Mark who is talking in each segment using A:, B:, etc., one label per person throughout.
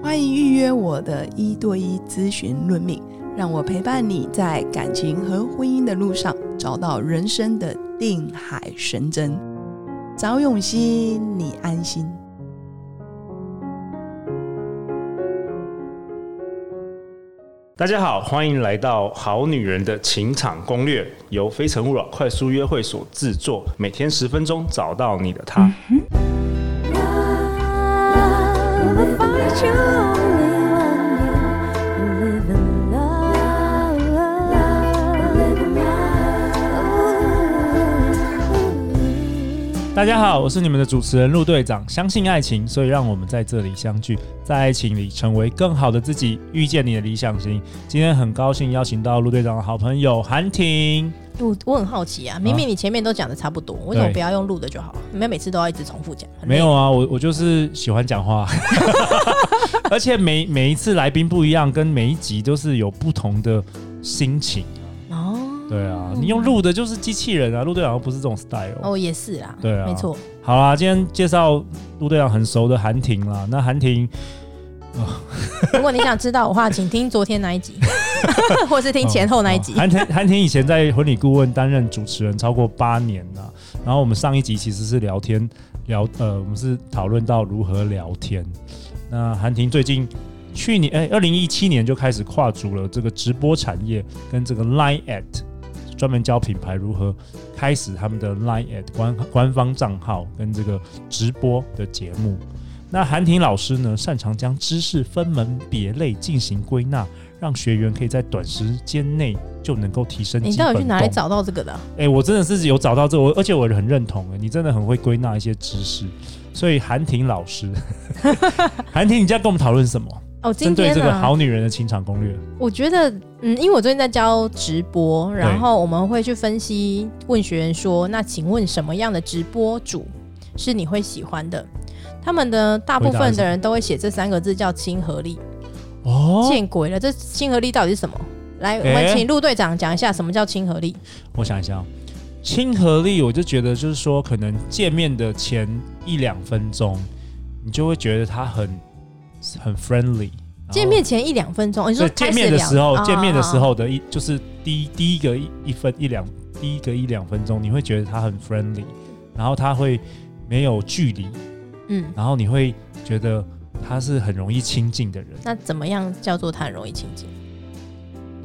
A: 欢迎预约我的一对一咨询论命。让我陪伴你在感情和婚姻的路上，找到人生的定海神针。找永熙，你安心。
B: 大家好，欢迎来到《好女人的情场攻略》，由非诚勿扰快速约会所制作，每天十分钟，找到你的他。
C: Love, if I truly want you, live in love, love, live in love.
D: 大家好，我是你们的主持人陆队长。相信爱情，所以让我们在这里相聚，在爱情里成为更好的自己，遇见你的理想型。今天很高兴邀请到陆队长的好朋友韩婷。
E: 我我很好奇啊，明明你前面都讲的差不多，为什么不要用录的就好？你们每次都要一直重复讲，很累
D: 没有啊，我我就是喜欢讲话， 而且每每一次来宾不一样，跟每一集都是有不同的心情。
E: 哦
D: 对啊，你用录的就是机器人啊，陆队长又不是这种 style。
E: 哦，也是啦，
D: 对啊
E: 没错，
D: 好啦，今天介绍陆队长很熟的韩婷啦。那韩婷
E: 如果你想知道的话，请听昨天那一 集，或是听前后那一集
D: 哦。韩婷韩婷以前在婚礼顾问担任主持人超过八年了、然后我们上一集其实是聊天聊呃，我们是讨论到如何聊天。那韩婷最近去年哎，二零一七年就开始跨足了这个直播产业跟这个 Line at，专门教品牌如何开始他们的 Line at 官官方账号跟这个直播的节目。那韩婷老师呢，擅长将知识分门别类进行归纳，让学员可以在短时间内就能够提升基本
E: 你
D: 功。
E: 到底去哪里找到这个的啊？
D: 哎、我真的是有找到这个我而且我很认同，你真的很会归纳一些知识。所以韩婷老 师，韩婷，你今天跟我们讨论什么？
E: 哦，
D: 针
E: 今
D: 对
E: 天
D: 这个
E: 啊，
D: 好女人的情场攻略，
E: 我觉得，嗯，因为我最近在教直播，然后我们会去分析，问学员说，那请问什么样的直播主是你会喜欢的？他们的大部
D: 回答是
E: 分
D: 什
E: 的
D: 么
E: 人都会写这三个字叫亲和力。
D: 哦，
E: 见鬼了，这亲和力到底是什么？来，我
D: 哎
E: 们请陆队长讲一下什么叫亲和力。
D: 我想一下、哦，亲和力，我就觉得就是说，可能见面的前一两分钟，你就会觉得他很很 friendly 然后。
E: 见面前一两分钟，哦你
D: 对，
E: 说
D: 见
E: 开始
D: 面的
E: 聊
D: 时候，
E: 哦
D: 见面的
E: 哦
D: 时候的一就是第一第一个一一分一两第一个一两分钟，你会觉得他很 friendly，然后他会没有距离，
E: 嗯，
D: 然后你会觉得他是很容易亲近的人，
E: 那怎么样叫做他很容易亲近？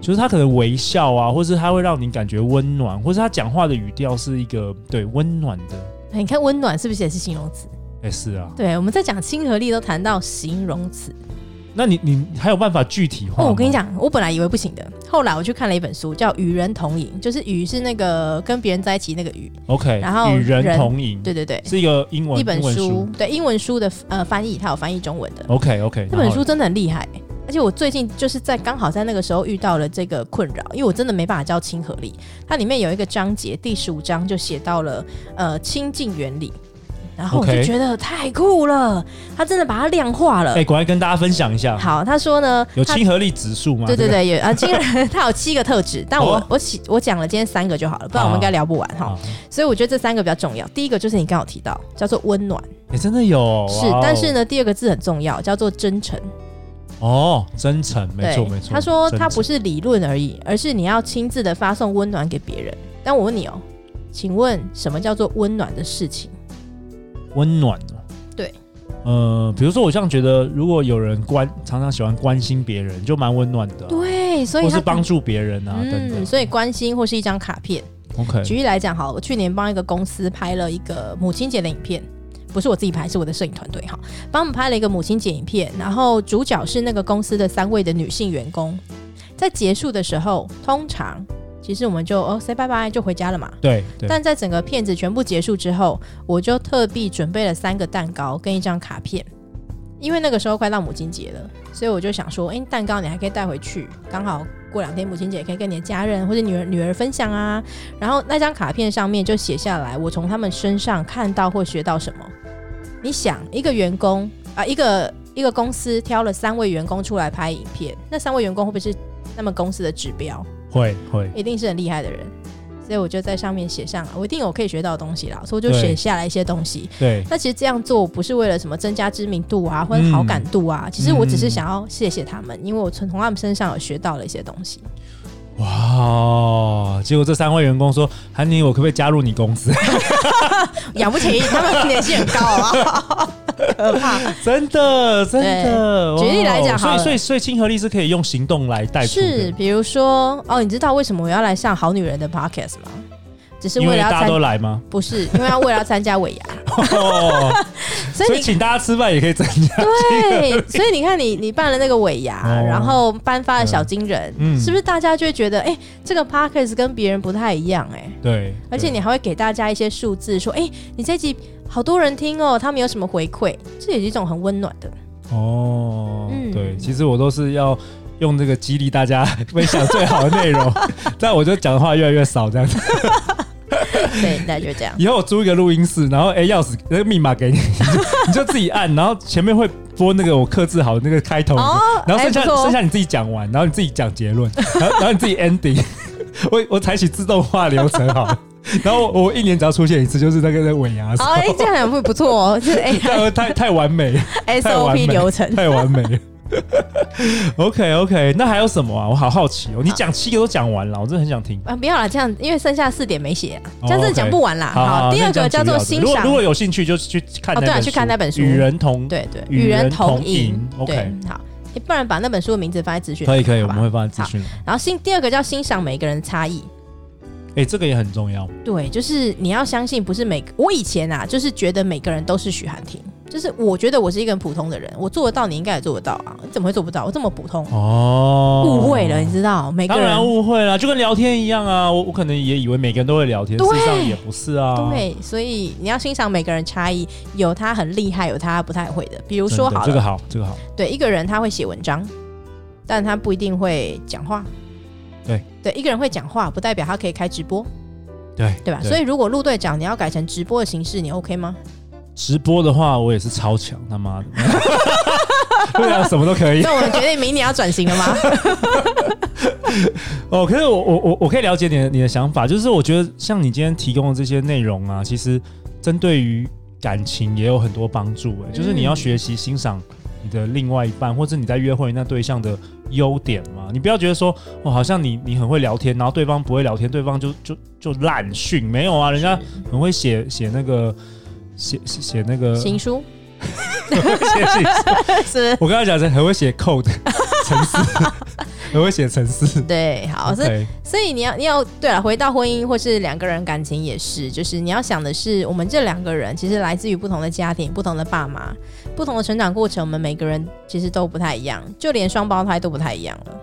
D: 就是他可能微笑啊，或是他会让你感觉温暖，或是他讲话的语调是一个对温暖的，
E: 哎你看温暖是不是也是形容词？
D: 哎、是啊，
E: 对，我们在讲亲和力都谈到形容词。
D: 那你你还有办法具体化？
E: 哦，我跟你，讲，我本来以为不行的，后来我去看了一本书，叫《与人同饮》，就是“与”是那个跟别人在一起那个“与
D: ，OK，
E: 然后
D: 与人
E: 人
D: 同饮，
E: 对对对，
D: 是一个英文
E: 一本
D: 英文
E: 书，对英文书的呃翻译，它有翻译中文的。
D: ，OK OK，
E: 这本书真的很厉害、而且我最近就是在刚好在那个时候遇到了这个困扰，因为我真的没办法叫亲和力。它里面有一个章节，第十五章就写到了呃亲近原理，然后我就
D: OK
E: 觉得太酷了，他真的把它量化了。
D: 哎、赶快跟大家分享一下。
E: 好，他说呢，
D: 有
E: 他
D: 亲和力指数吗？
E: 对对
D: 这个，
E: 对，有啊，亲人他有七个特质，但我、
D: 哦
E: 我起我讲了今天三个就好了，不然我们应该聊不完哈、
D: 好，
E: 所以我觉得这三个比较重要。第一个就是你刚好提到叫做温暖，
D: 哎、真的有哦，
E: 是
D: 哇哦，
E: 但是，呢，第二个字很重要，叫做真诚。
D: 哦，真诚，没
E: 对，
D: 错没错。
E: 他说他不
D: 是
E: 是理论而已，而是你要亲自的发送温暖给别人。但我问你哦，请问什么叫做温暖的事情？
D: 温暖哦
E: 对，
D: 呃，比如说我像觉得，如果有人关常常喜欢关心别人，就蛮温暖的啊、
E: 对，所以
D: 或
E: 他
D: 是帮助别人啊、等等。
E: 嗯，所以关心或是一张卡片。
D: OK，
E: 举例来讲，好了，我去年帮一个公司拍了一个母亲节的影片。不是我自己拍，是我的摄影团队哈，帮我们拍了一个母亲节影片，然后主角是那个公司的三位的女性员工，在结束的时候，通常其实我们就哦 say 拜拜就回家了嘛，
D: 对对，
E: 但在整个片子全部结束之后，我就特地准备了三个蛋糕跟一张卡片，因为那个时候快到母亲节了，所以我就想说，哎、蛋糕你还可以带回去，刚好过两天母亲节也可以跟你的家人或者女儿女儿分享啊。然后那张卡片上面就写下来，我从他们身上看到或学到什么。你想，一个员工啊、一个一个公司挑了三位员工出来拍影片，那三位员工会不会是他们公司的指标？
D: 会会，
E: 一定是很厉害的人。所以我就在上面写上了，我一定有可以学到的东西啦，所以我就写
D: 对
E: 下来一些东西。
D: 对
E: 那其实这样做不是为了什么增加知名度啊，或者好感度啊，其实我只是想要谢谢他们，因为我从从他们身上有学到了一些东西。
D: 哇！结果这三位员工说：“韩宁，我可不可以加入你公司
E: 养不起，他们年薪很高啊，可怕。？”
D: 真的，真的。
E: 对举例
D: 哇
E: 来讲好
D: 所
E: 了
D: 以所以所以亲和力是可以用行动来带出
E: 是，
D: 的，
E: 比如说哦，你知道为什么我要来上《好女人》的 podcast 吗？只是
D: 因
E: 为
D: 为
E: 了要
D: 大家
E: 参
D: 都，来 吗？
E: 不是因为要为了要参加尾牙，
D: 哦，
E: 所
D: 所
E: 以
D: 以
E: 你
D: 请大家吃饭也可以增加。
E: 对，所以你看你，你办了那个尾牙，
D: 哦
E: 然后颁发了小金人，
D: 嗯
E: 是不是大家就会觉得，哎、这个 podcast 跟别人不太一样、哎，
D: 对，
E: 而且你还会给大家一些数字，说，哎、你这集好多人听哦，他们有什么回馈，这也是一种很 温暖的。
D: 哦，
E: 嗯
D: 对，其实我都是要用这个激励大家 分享最好的内容， 但我就讲的话越来越少这样子。
E: 对，大家就 这样。
D: 以后我租一个录音室，然后哎钥匙那个密码给你， 你就你就自己按，然后前面会播那个我克制好的那个开头，
E: 哦
D: 然后剩下
E: 还不错
D: 剩下你自己讲完，然后你自己讲结论，然后 然后你自己 ending，我我采取自动化流程好了。然后我我一年只要出现一次，就是那个那个尾牙的时
E: 好，
D: 候，
E: 哎、这样很不不错哦， 就是哎、
D: 太太太完美了。 太完美
E: SOP 流程。
D: 太完美 了。OK OK，那还有什么啊？我好好奇哦。你讲七个都讲完了，我真的很想听。
E: 啊，不要啦，这样因为剩下四点没写、啊，
D: 哦
E: 这样真的讲不完啦。好，第
D: 那
E: 二
D: 这
E: 个
D: 样
E: 叫
D: 举例
E: 做
D: 好了
E: 欣
D: 如果
E: 赏
D: 如。果有兴趣，就去看
E: 哦对啊去看那本书
D: 与人同
E: 对对，
D: 与
E: 与
D: 人
E: 人
D: 同
E: 同
D: 饮
E: 饮。
D: OK
E: 对，好，你不然把那本书的名字放在资讯栏。
D: 可以可以，
E: 好
D: 我
E: 吧
D: 们会放在资讯栏。
E: 然后欣第二个叫欣赏每个人的差异。
D: 哎，这个也很重要。
E: 对，就是你要相信，不是每个我以前啊，就是觉得每个人都是许寒婷，就是我觉得我是一个很普通的人，我做得到，你应该也做得到啊，你怎么会做不到？我这么普通，
D: 哦，
E: 误会了，你。知道？每个
D: 当然
E: 人
D: 误会了，就跟聊天一样啊。我我可能也以为每个人都会聊天，事
E: 对
D: 实上也不是啊。，
E: 对，所以你要欣赏每个人差异，有他很厉害，有他不太会的。比如
D: 我
E: 说好了，
D: 这个好，这个好。
E: 对一个人他会写文章，但他不一定会讲话。
D: 对
E: 对，一个人会讲话，不代表他可以开直播，
D: 对
E: 对吧？所以如果陆队长你要改成直播的形式，你 OK 吗？
D: 直播的话，我也是超强，他妈 的，对啊，什么都 可以。
E: 那我们决定明年要转型了吗？
D: 哦，可是我我我我可以了解你的你的想法，就是我觉得像你今天提供的这些内容啊，其实针对于感情也有很多帮助、欸。就是你要学习欣赏你的另外一半，或者你在约会那对象的优点嘛。你不要觉得说，哦，好像你你很会聊天，然后对方不会聊天，对方就就就烂训。没有啊，人家很会写写那个写写写那个
E: 行书
D: 写信
E: 是。
D: 我刚才讲是很会写 code 程式，很会写程式。
E: 对，好，所以
D: OK，
E: 所以你要你要对了，回到婚姻或是两个人感情也是，就是你要想的是，我们这两个人其实来自于不同的家庭、不同的爸妈、不同的成长过程，我们每个人其实都不太一样，就连双胞胎都不太一样了。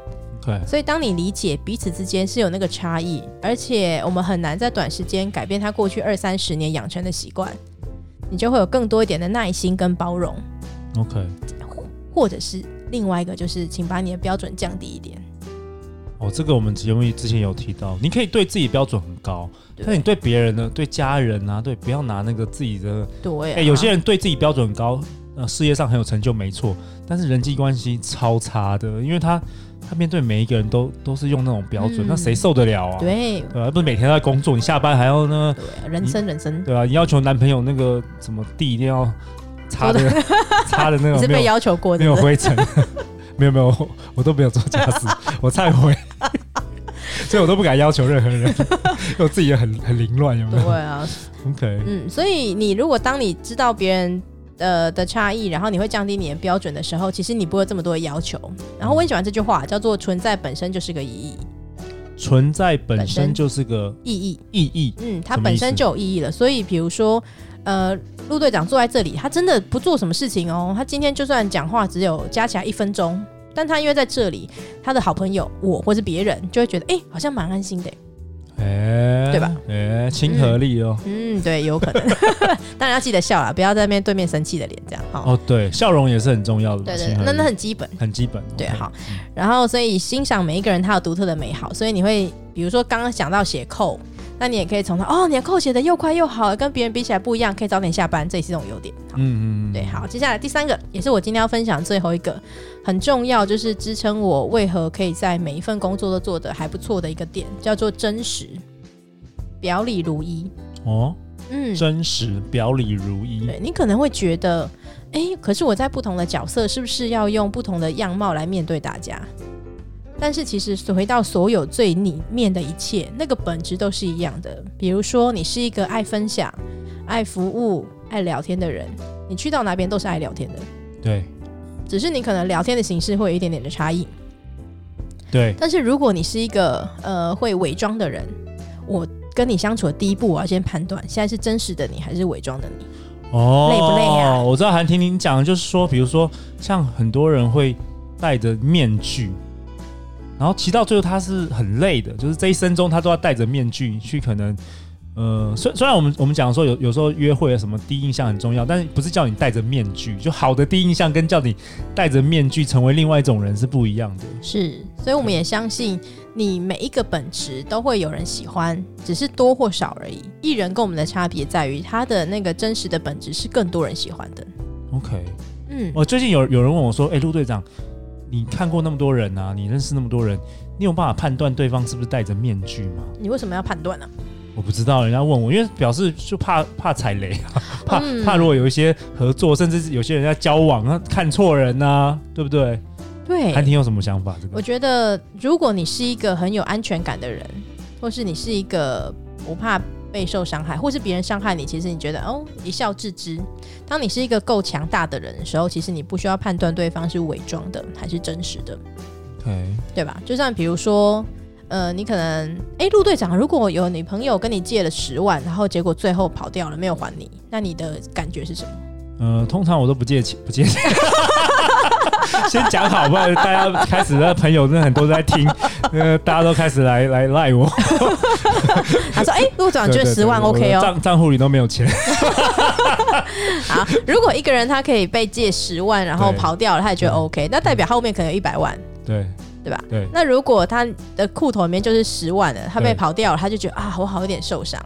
D: 对，
E: 所以，当你理解彼此之间是有那个差异，而且我们很难在短时间改变他过去二三十年养成的习惯，你就会有更多一点的耐心跟包容，
D: OK，
E: 或或者是另外一个就是，请把你的标准降低一点。
D: 哦，这个我们节目之前有提到，你可以对自己标准很高，
E: 对
D: 但你对别人呢，对家人啊，对不要拿那个自己的，
E: 对、
D: 哎、
E: 啊
D: 有些人对自己标准很高，呃，事业上很有成就没错，但是人际关系超差的，因为他他面对每一个人都都是用那种标准，
E: 嗯
D: 那谁受得了啊？，
E: 对
D: 对啊，不是每天都在工作，你下班还要呢，
E: 对啊，人生人生，
D: 对啊，你要求男朋友那个什么地一定要擦的 擦的那
E: 你
D: 种
E: 是
D: 没
E: 被
D: 有
E: 要求过
D: 没
E: 的
D: 有，灰尘， 没有没有，我我都没有做家事，我忏 悔，所以我都不敢要求任何人，因为我自己也很很凌乱，有没
E: 对
D: 有
E: 啊，
D: ？OK，
E: 嗯，所以你如果当你知道别人。呃的差异，然后你会降低你的标准的时候，其实你不会有这么多的要求。然后我很喜欢这句话，叫做“存在本身就是个意义”。
D: 存在本
E: 本
D: 身
E: 身
D: 就是个
E: 意义，
D: 意义，
E: 嗯，它
D: 什么意
E: 本
D: 思
E: 身就有意义了。所以比如说，呃，陆队长坐在这里，他真的不做什么事情哦。他今天就算讲话只有加起来一分钟，但他因为在这里，他的好朋友我或是别人就会觉得，哎、好像蛮安心的。
D: 哎，
E: 对吧？
D: 哎，亲和力哦。
E: 嗯，对，有可能。 当然要记得笑啦，不要在面对面生气的脸这样。好，
D: 哦，对，笑容也是很重要的嘛，
E: 嗯对对
D: 亲
E: 对，
D: 和
E: 那
D: 力
E: 那很基本。
D: 很基本。
E: 对
D: OK
E: 好
D: 嗯
E: 然后，所以欣赏每一个人他有独特的美好，所以你会，比如说刚刚讲到写扣，那你也可以从他哦，你的扣写的又快又好，跟别人比起来不一样，可以早点下班，这也是一种优点。好，
D: 嗯嗯，嗯
E: 对，，好，接下来第三个也是我今天要分享最后一个很重要，就是支撑我为何可以在每一份工作都做得还不错的一个点，叫做真实，表里如一。
D: 哦，
E: 嗯，
D: 真实表里如一，
E: 对你可能会觉得，哎、可是我在不同的角色，是不是要用不同的样貌来面对大家？但是其实回到所有最里面的一切，那个本质都是一样的。比如说，你是一个爱分享、爱服务、爱聊天的人，你去到哪边都是爱聊天的，
D: 对
E: 只是你可能聊天的形式会有一点点的差异。
D: 对，
E: 但是如果你是一个呃会伪装的人，我跟你相处的第一步，我要先判断现在是真实的你还是伪装的你。
D: 哦，
E: 累不累啊
D: 我知道韩婷婷讲的就是说，比如说像很多人会戴着面具，然后骑到最后他是很累的，就是这一生中他都要戴着面具去可能。呃，虽虽然我们我们讲说有有时候约会啊什么第一印象很重要，但是不是叫你戴着面具，就好的第一印象跟叫你戴着面具成为另外一种人是不一样的。
E: 是，所以我们也相信你每一个本质都会有人喜欢，只是多或少而已。艺人跟我们的差别在于他的那个真实的本质是更多人喜欢的。
D: OK，
E: 嗯，
D: 我最近有有人问我说：“哎、陆队长，你看过那么多人啊，你认识那么多人，你有办法判断对方是不是戴着面具吗
E: 你为什么要判断呢、？”啊
D: 我不知道，人家问我，因为表示就怕怕踩雷 啊，怕、
E: 嗯
D: 怕如果有一些合作，甚至是有些人要交往，那看错人呐、对不对？韩
E: 对，
D: 婷有什么想法？这
E: 哎我
D: 个
E: 觉得如果你是一个很有安全感的人，或是你是一个不怕备受伤害，或是别人伤害你，其实你觉得哦一笑置之。当你是一个够强大的人的时候，其实你不需要判断对方是伪装的还是真实的。
D: OK，
E: 对吧？就像比如说，呃，你可能，哎，陆队长，如果有女朋友跟你借了十万，然后结果最后跑掉了，没有还你，那你的感觉是 什么？
D: 呃，通常我都不借钱，不借钱。先讲好，不然大家开始，那朋友真的很多都在听， 呃，大家都开始来来赖 我。
E: 他说，哎，陆队长
D: 对对
E: 觉得
D: 对
E: 十万
D: 我的
E: OK 哦。
D: 账账户里都没有钱。
E: 好，如果一个人他可以被借十万，然后
D: 对嗯
E: 跑掉了，他也觉得
D: 对
E: OK，那代表后面可能有一百万，
D: 对
E: 对吧？
D: 对，
E: 那如果他的裤头里面就是十万了，他被
D: 对
E: 跑掉了，他就觉得啊，我好有点受伤。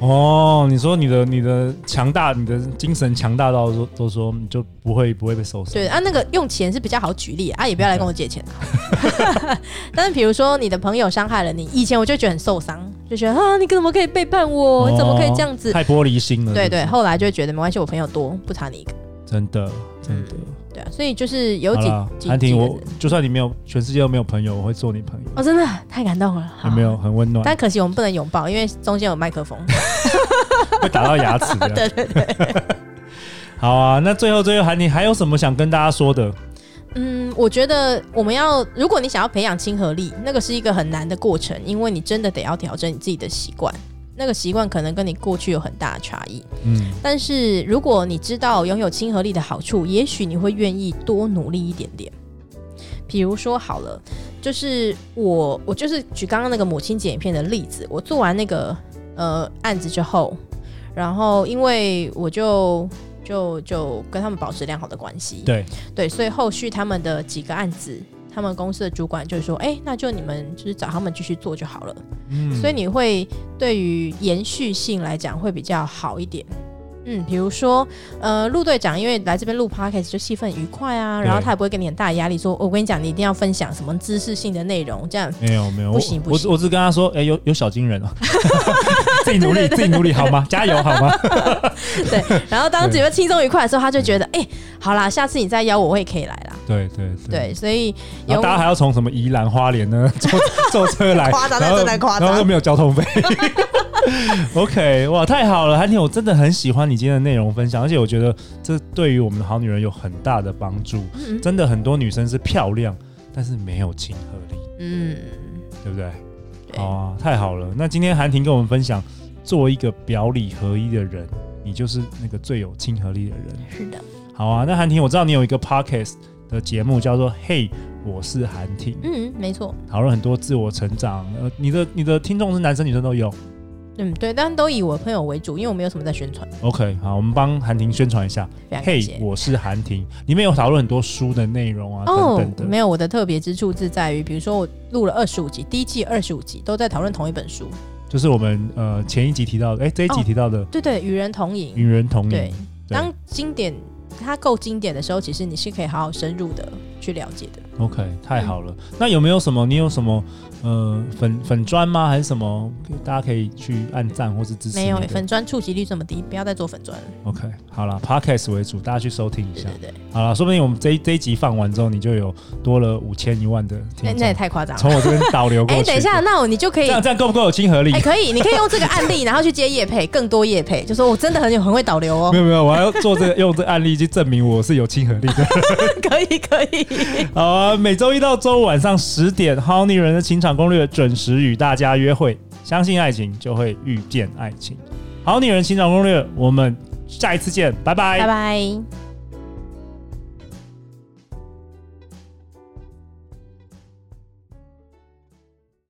D: 哦，你说你的你的强大，你的精神强大到说都说你就不会不会被受伤。
E: 对啊，那个用钱是比较好举例啊，也不要来跟我借钱、 啊。但是比如说你的朋友伤害了你，以前我就觉得很受伤，就觉得啊，你怎么可以背叛我？
D: 哦，
E: 你怎么可以这样子？
D: 太玻璃心了。
E: 对
D: 是不是
E: 对，，后来就会觉得没关系，我朋友多，不差你一个。
D: 真的真的。
E: 对啊，所以就是有
D: 好
E: 几
D: 啦
E: 几
D: 韩
E: 几
D: 婷，
E: 个
D: 我就算你没有全世界都没有朋友，我会做你朋友。
E: 哦，真的太感动了，
D: 有没有
E: 好？
D: 很温暖？
E: 但可惜我们不能拥抱，因为中间有麦 克风。
D: 会打到牙齿的。
E: 对
D: 对对。好啊，那最后最后韩婷还有什么想跟大家说的？
E: 嗯，我觉得我们要，如果你想要培养亲和力，那个是一个很难的过程，因为你真的得要调整你自己的习惯，那个习惯可能跟你过去有很大的差异。
D: 嗯，
E: 但是如果你知道拥有亲和力的好处，也许你会愿意多努力一点点。比如说好了，就是我我就是举刚刚那个母亲节影片的例子，我做完那个呃案子之后，然后因为我就就就跟他们保持良好的关系，
D: 对，
E: 对，所以后续他们的几个案子，他们公司的主管就说，哎，那就你们就是找他们继续做就好了。
D: 嗯，
E: 所以你会对于延续性来讲会比较好一点。嗯，比如说，呃，陆队长因为来这边录 podcast 就气氛愉快啊，
D: 对
E: 然后他也不会给你很大压力说，哦我跟你讲，你一定要分享什么知识性的内容，这样
D: 没有没有，
E: 不
D: 我
E: 行不
D: 我
E: 行
D: 我只跟他说，哎，有有小金 人哦，自己努力
E: 对对对
D: 自己努力好吗？加油好吗？
E: 对。然后当觉得轻松愉快的时候，他就觉得，哎、好啦，下次你再邀我，我也可以来啦。
D: 对对
E: 对，所以
D: 嗯然后大家还要从什么宜兰花莲呢 坐坐车来，
E: 夸张那
D: 然后
E: 真的夸张
D: 然后又没有交通 费。OK，哇，太好了，韩婷，我真的很喜欢你今天的内容分享，而且我觉得这对于我们的好女人有很大的帮助。
E: 嗯
D: 真的很多女生是漂亮，但是没有亲和力，
E: 嗯，
D: 对不对？
E: 对
D: 好啊，太好了。那今天韩婷跟我们分享，做一个表里合一的人，你就是那个最有亲和力的人。
E: 是的，
D: 好啊，那韩婷，我知道你有一个 podcast 的节目，叫做《嘿，我是韩婷》，
E: 嗯，没错，
D: 讨论很多自我成长。呃，你的你的听众是男生女生都有。
E: 嗯，对，但都以我朋友为主，因为我没有什么在宣传，
D: OK，好，我们帮韩婷宣传一下。
E: 非常感
D: 嘿
E: 谢。
D: 我是韩婷，里面有讨论很多书的内容啊，等等的。
E: 哦没有，我的特别之处是在于，比如说我录了二十五集，第一季二十五集都在讨论同一本书，
D: 就是我们呃前一集提到的，哎、这一集
E: 哦
D: 提到的《
E: 对对，与人同饮
D: 与。人同饮》
E: 对
D: 对
E: 当经典它够经典的时候，其实你是可以好好深入的去了解的。
D: OK，太
E: 嗯
D: 好了。那有没有什么？你有什么呃粉粉砖吗？还是什么？大家可以去按赞或是支持你
E: 没
D: 的。
E: 有粉砖触及率这么低，不要再做粉砖了。
D: OK，好了，Podcast 为主，大家去收听一
E: 对
D: 下
E: 对。对，
D: 好了，说不定我们这一这一集放完之后，你就有多了五千一万的
E: 那
D: 听
E: 那也
D: 众，
E: 太夸张了。
D: 从我这边导流过去。
E: 哎，等一下，，那我你就可
D: 这
E: 以。
D: 样这样够不够有亲和力？
E: 哎，可以，你可以用这个案例，然后去接业配，更多业配，就说我真的很有很会导流哦
D: 没，有没有，我要做这个用这个案例去证明我是有亲和力
E: 哎
D: 的。
E: 可以可以，
D: 好啊，每周一到周五晚上十点，《好女人的情场攻略》准时与大家约会。相信爱情，就会遇见爱情。好女人情场攻略，我们下一次见，拜拜
E: 拜拜。